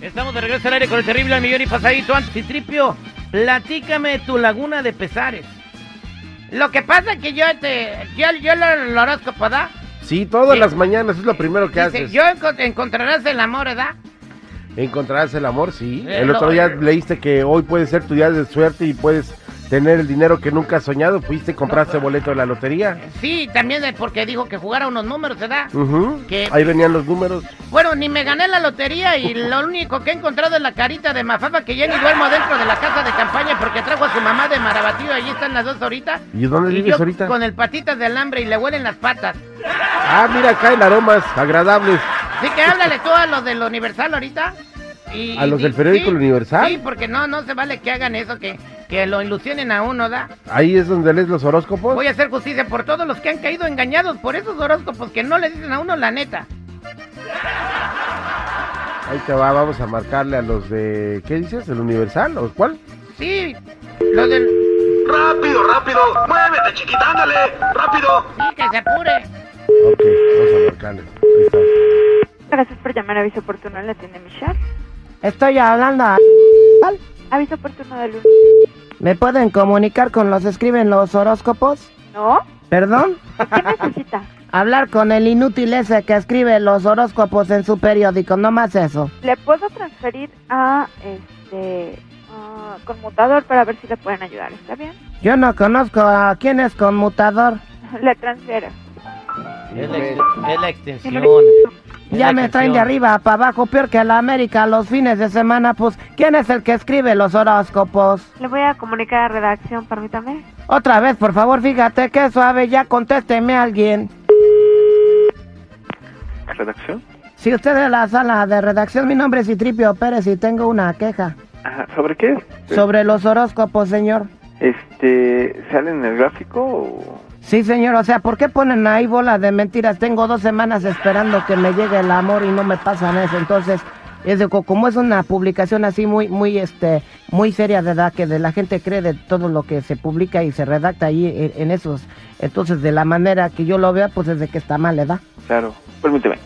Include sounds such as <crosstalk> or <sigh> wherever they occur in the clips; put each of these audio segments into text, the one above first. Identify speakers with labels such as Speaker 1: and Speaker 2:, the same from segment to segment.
Speaker 1: Estamos de regreso al aire con el terrible al millón y pasadito. Antes, Tripio, platícame tu laguna de pesares.
Speaker 2: Lo que pasa es que yo, este, yo, yo lo, el horóscopo, ¿da?
Speaker 3: Sí, todas
Speaker 2: Sí.
Speaker 3: las mañanas es lo primero que
Speaker 2: Dice,
Speaker 3: haces.
Speaker 2: yo encon- encontrarás el amor, ¿da?
Speaker 3: Encontrarás el amor, sí.
Speaker 2: Eh,
Speaker 3: el
Speaker 2: no,
Speaker 3: otro día
Speaker 2: eh.
Speaker 3: leíste que hoy puede ser tu día de suerte y puedes tener el dinero que nunca has soñado. Fuiste y compraste boleto de la lotería.
Speaker 2: Sí, también es porque dijo que jugara unos números, ¿da?
Speaker 3: Ujú.
Speaker 2: ¿Qué?
Speaker 3: Ahí venían los números.
Speaker 2: Bueno, ni me gané la lotería y lo único que he encontrado es la carita de Mafafa que ya ni duermo dentro de la casa de campaña porque trajo a su mamá de Marabatío. Allí están las dos ahorita.
Speaker 3: ¿Y dónde
Speaker 2: Y
Speaker 3: vives
Speaker 2: yo
Speaker 3: ahorita?
Speaker 2: con el patitas de alambre y le huelen las patas.
Speaker 3: Ah, mira, acá el aromas agradables.
Speaker 2: Así que háblale tú a los del Universal ahorita. Y,
Speaker 3: ¿A los
Speaker 2: y-
Speaker 3: del periódico El Universal?
Speaker 2: Sí, porque no, no se vale que hagan eso, que, que lo ilusionen a uno, ¿da?
Speaker 3: Ahí es donde lees los horóscopos.
Speaker 2: Voy a hacer justicia por todos los que han caído engañados por esos horóscopos que no le dicen a uno la neta.
Speaker 3: Ahí te va, vamos a marcarle a los de. ¿Qué dices? ¿El Universal? ¿O cuál?
Speaker 2: Sí, los del...
Speaker 4: Rápido, rápido, muévete chiquita, ándale, rápido.
Speaker 2: Sí, que se apure.
Speaker 3: Ok, vamos a marcarle. Ahí está.
Speaker 5: Gracias por llamar a Aviso Oportuno, la tiene Michelle.
Speaker 6: Estoy hablando. a-
Speaker 5: Aviso Oportuno del
Speaker 6: ¿Me pueden comunicar con los escriben los horóscopos?
Speaker 5: ¿No?
Speaker 6: ¿Perdón?
Speaker 5: ¿Qué necesita?
Speaker 6: Hablar con el inútil ese que escribe los horóscopos en su periódico, no más eso.
Speaker 5: ¿Le puedo transferir a este a conmutador para ver si le pueden ayudar? ¿Está bien? <laughs>
Speaker 6: Yo no conozco a quién es conmutador.
Speaker 5: Le transfiero.
Speaker 1: Es la, ex- es la extensión. Es
Speaker 6: Ya
Speaker 1: la
Speaker 6: me traen
Speaker 1: extensión.
Speaker 6: de arriba para abajo, peor que a la América los fines de semana, pues ¿quién es el que escribe los horóscopos?
Speaker 5: Le voy a comunicar a redacción, permítame.
Speaker 6: Otra vez, por favor, fíjate que suave, ya contésteme a alguien.
Speaker 7: ¿Redacción?
Speaker 6: Si usted es la sala de redacción, mi nombre es Citripio Pérez y tengo una queja
Speaker 7: Ajá, ¿Sobre qué?
Speaker 6: sobre los horóscopos, señor.
Speaker 7: Este, ¿sale en el gráfico o...?
Speaker 6: Sí, señor, o sea, ¿por qué ponen ahí bola de mentiras? Tengo dos semanas esperando que me llegue el amor y no me pasan eso. Entonces, es de, co- como es una publicación así muy, muy, este, muy seria de edad, que de la gente cree de todo lo que se publica y se redacta ahí e- en, esos. Entonces, de la manera que yo lo vea, pues desde que está mal, ¿verdad?
Speaker 7: Claro, permíteme.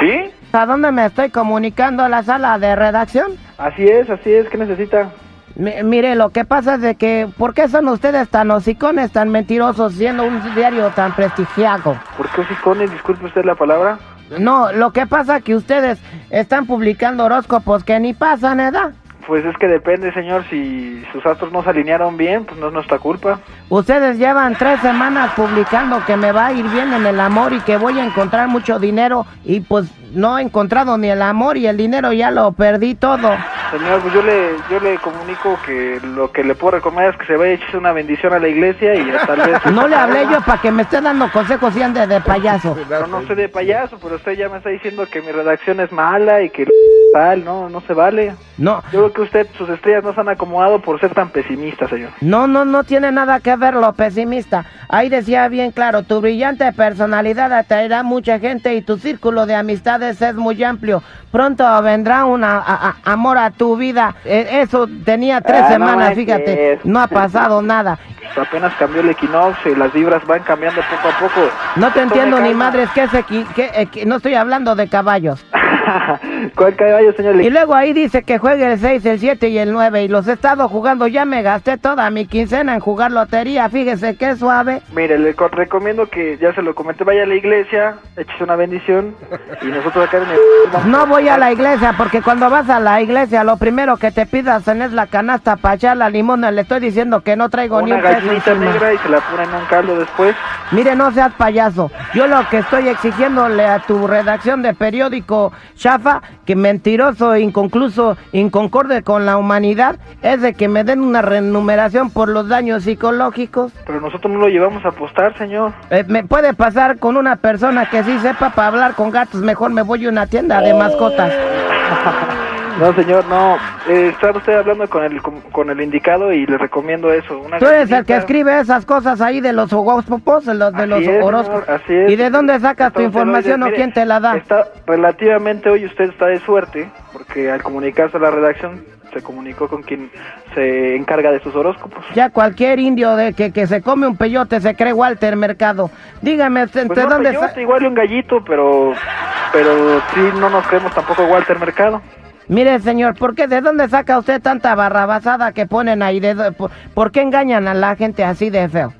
Speaker 7: ¿Sí?
Speaker 6: ¿A dónde me estoy comunicando a la sala de redacción?
Speaker 7: Así es, así es, ¿qué necesita?
Speaker 6: Mi- mire, lo que pasa es de que, ¿por qué son ustedes tan hocicones, tan mentirosos, siendo un diario tan prestigiado?
Speaker 7: ¿Por qué hocicones? Disculpe usted la palabra.
Speaker 6: No, lo que pasa que ustedes están publicando horóscopos que ni pasan, ¿eh? ¿verdad?
Speaker 7: Pues es que depende, señor, si sus astros no se alinearon bien, pues no es nuestra culpa.
Speaker 6: Ustedes llevan tres semanas publicando que me va a ir bien en el amor y que voy a encontrar mucho dinero y pues no he encontrado ni el amor y el dinero ya lo perdí todo.
Speaker 7: Señor, pues yo le, yo le comunico que lo que le puedo recomendar es que se vaya a echarse una bendición a la iglesia y ya tal vez...
Speaker 6: No le hablé yo para que me esté dando consejos y ande de payaso.
Speaker 7: Pero no soy de payaso, pero usted ya me está diciendo que mi redacción es mala y que <laughs> tal, no, no se vale.
Speaker 6: No,
Speaker 7: Yo creo que usted, sus estrellas no se han acomodado por ser tan pesimista, señor.
Speaker 6: No, no, no tiene nada que ver lo pesimista. Ahí decía bien claro, tu brillante personalidad atraerá mucha gente y tu círculo de amistades es muy amplio. Pronto vendrá un a- a- a- amor a tu vida. Eh, eso tenía tres
Speaker 7: Ah, no
Speaker 6: semanas,
Speaker 7: manches.
Speaker 6: fíjate. No ha pasado nada.
Speaker 7: Pues apenas cambió el equinoccio y las vibras van cambiando poco a poco.
Speaker 6: No te
Speaker 7: Esto
Speaker 6: entiendo
Speaker 7: me
Speaker 6: ni
Speaker 7: calma.
Speaker 6: madres que ese... equi- que equi- no estoy hablando de caballos.
Speaker 7: <laughs> ¿Cuál caballo, señor?
Speaker 6: Y luego ahí dice que juegue el 6, el 7 y el 9 y los he estado jugando. Ya me gasté toda mi quincena en jugar lotería. Fíjese qué suave.
Speaker 7: Mire, le co- recomiendo que, ya se lo comenté, vaya a la iglesia, échese una bendición y nosotros acá en el... <laughs>
Speaker 6: No voy a la iglesia porque cuando vas a la iglesia lo primero que te pidas en es la canasta para echar la limona. Le estoy diciendo que no traigo ni
Speaker 7: Una
Speaker 6: un peso
Speaker 7: gallinita
Speaker 6: encima.
Speaker 7: negra y se la ponen en un caldo después.
Speaker 6: Mire, no seas payaso. Yo lo que estoy exigiéndole a tu redacción de periódico chafa, que mentiroso, inconcluso, inconcorde con la humanidad, es de que me den una remuneración por los daños psicológicos.
Speaker 7: Pero nosotros no lo llevamos a apostar, señor.
Speaker 6: Eh, me puede pasar con una persona que sí sepa para hablar con gatos, mejor me voy a una tienda de mascotas.
Speaker 7: No, señor, no. Eh, está usted hablando con el, con, con el indicado y le recomiendo eso. Una
Speaker 6: Tú eres el
Speaker 7: galletita.
Speaker 6: que escribe esas cosas ahí de los horóscopos, de los, de
Speaker 7: Así
Speaker 6: los
Speaker 7: es, señor,
Speaker 6: horóscopos.
Speaker 7: así es.
Speaker 6: ¿Y de dónde sacas tu
Speaker 7: Entonces,
Speaker 6: información
Speaker 7: oye,
Speaker 6: o
Speaker 7: mire, este,
Speaker 6: quién te la da?
Speaker 7: Está relativamente hoy usted está de suerte, porque al comunicarse a la redacción se comunicó con quien se encarga de sus horóscopos.
Speaker 6: Ya cualquier indio de que, que se come un peyote se cree Walter Mercado. Dígame, ¿de
Speaker 7: Pues
Speaker 6: de
Speaker 7: no,
Speaker 6: dónde
Speaker 7: peyote,
Speaker 6: sa-
Speaker 7: igual y un gallito, pero pero sí no nos creemos tampoco Walter Mercado.
Speaker 6: Mire, señor, ¿por qué de dónde saca usted tanta barrabasada que ponen ahí? ¿De dó- por, por qué engañan a la gente así de feo?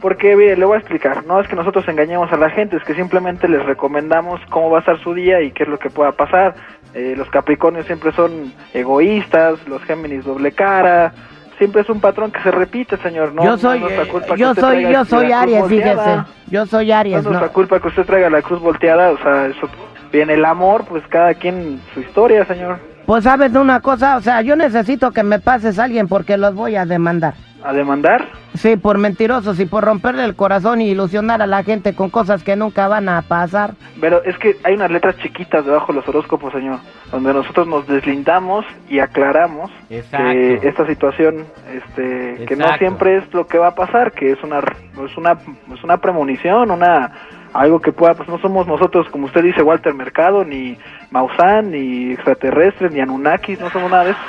Speaker 7: Porque, mire, le voy a explicar. No es que nosotros engañemos a la gente, es que simplemente les recomendamos cómo va a estar su día y qué es lo que pueda pasar. Eh, los Capricornios siempre son egoístas, los Géminis doble cara. Siempre es un patrón que se repite, señor. No,
Speaker 6: yo
Speaker 7: no
Speaker 6: soy,
Speaker 7: es nuestra
Speaker 6: eh,
Speaker 7: culpa que
Speaker 6: yo
Speaker 7: usted
Speaker 6: soy,
Speaker 7: traiga
Speaker 6: yo
Speaker 7: la
Speaker 6: soy
Speaker 7: cruz
Speaker 6: Aries,
Speaker 7: volteada.
Speaker 6: fíjese. Yo soy
Speaker 7: No es
Speaker 6: Aries, no.
Speaker 7: nuestra culpa que usted traiga la cruz volteada. O sea, eso viene el amor, pues cada quien su historia, señor.
Speaker 6: Pues sabes de una cosa, o sea, yo necesito que me pases a alguien porque los voy a demandar.
Speaker 7: A demandar.
Speaker 6: Sí, por mentirosos y por romperle el corazón y ilusionar a la gente con cosas que nunca van a pasar.
Speaker 7: Pero es que hay unas letras chiquitas debajo de los horóscopos, señor, donde nosotros nos deslindamos y aclaramos
Speaker 1: Exacto.
Speaker 7: que esta situación, este, que no
Speaker 1: Exacto.
Speaker 7: siempre es lo que va a pasar, que es una, es una, es una premonición, una, algo que pueda, pues no somos nosotros, como usted dice, Walter Mercado, ni Maussan, ni extraterrestres, ni Anunnakis, no somos nada de eso.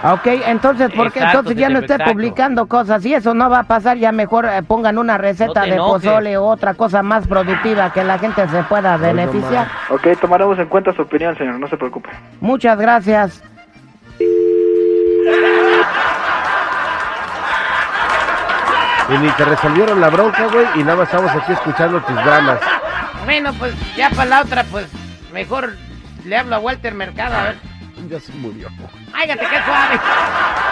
Speaker 6: Ah, Ok, entonces, ¿por qué?
Speaker 1: Exacto,
Speaker 6: entonces ya no
Speaker 1: Pepe,
Speaker 6: esté
Speaker 1: exacto.
Speaker 6: publicando cosas y eso no va a pasar, ya mejor eh, pongan una receta
Speaker 1: No te
Speaker 6: de
Speaker 1: enojes.
Speaker 6: pozole o otra cosa más productiva que la gente se pueda beneficiar.
Speaker 7: Ok, tomaremos en cuenta su opinión, señor, no se preocupe.
Speaker 6: Muchas gracias.
Speaker 3: Y ni te resolvieron la bronca, güey, y nada más estamos aquí escuchando tus dramas.
Speaker 2: Bueno, pues ya para la otra, pues mejor le hablo a Walter Mercado. A ver.
Speaker 3: Ya se murió.
Speaker 2: Áigate, qué suave.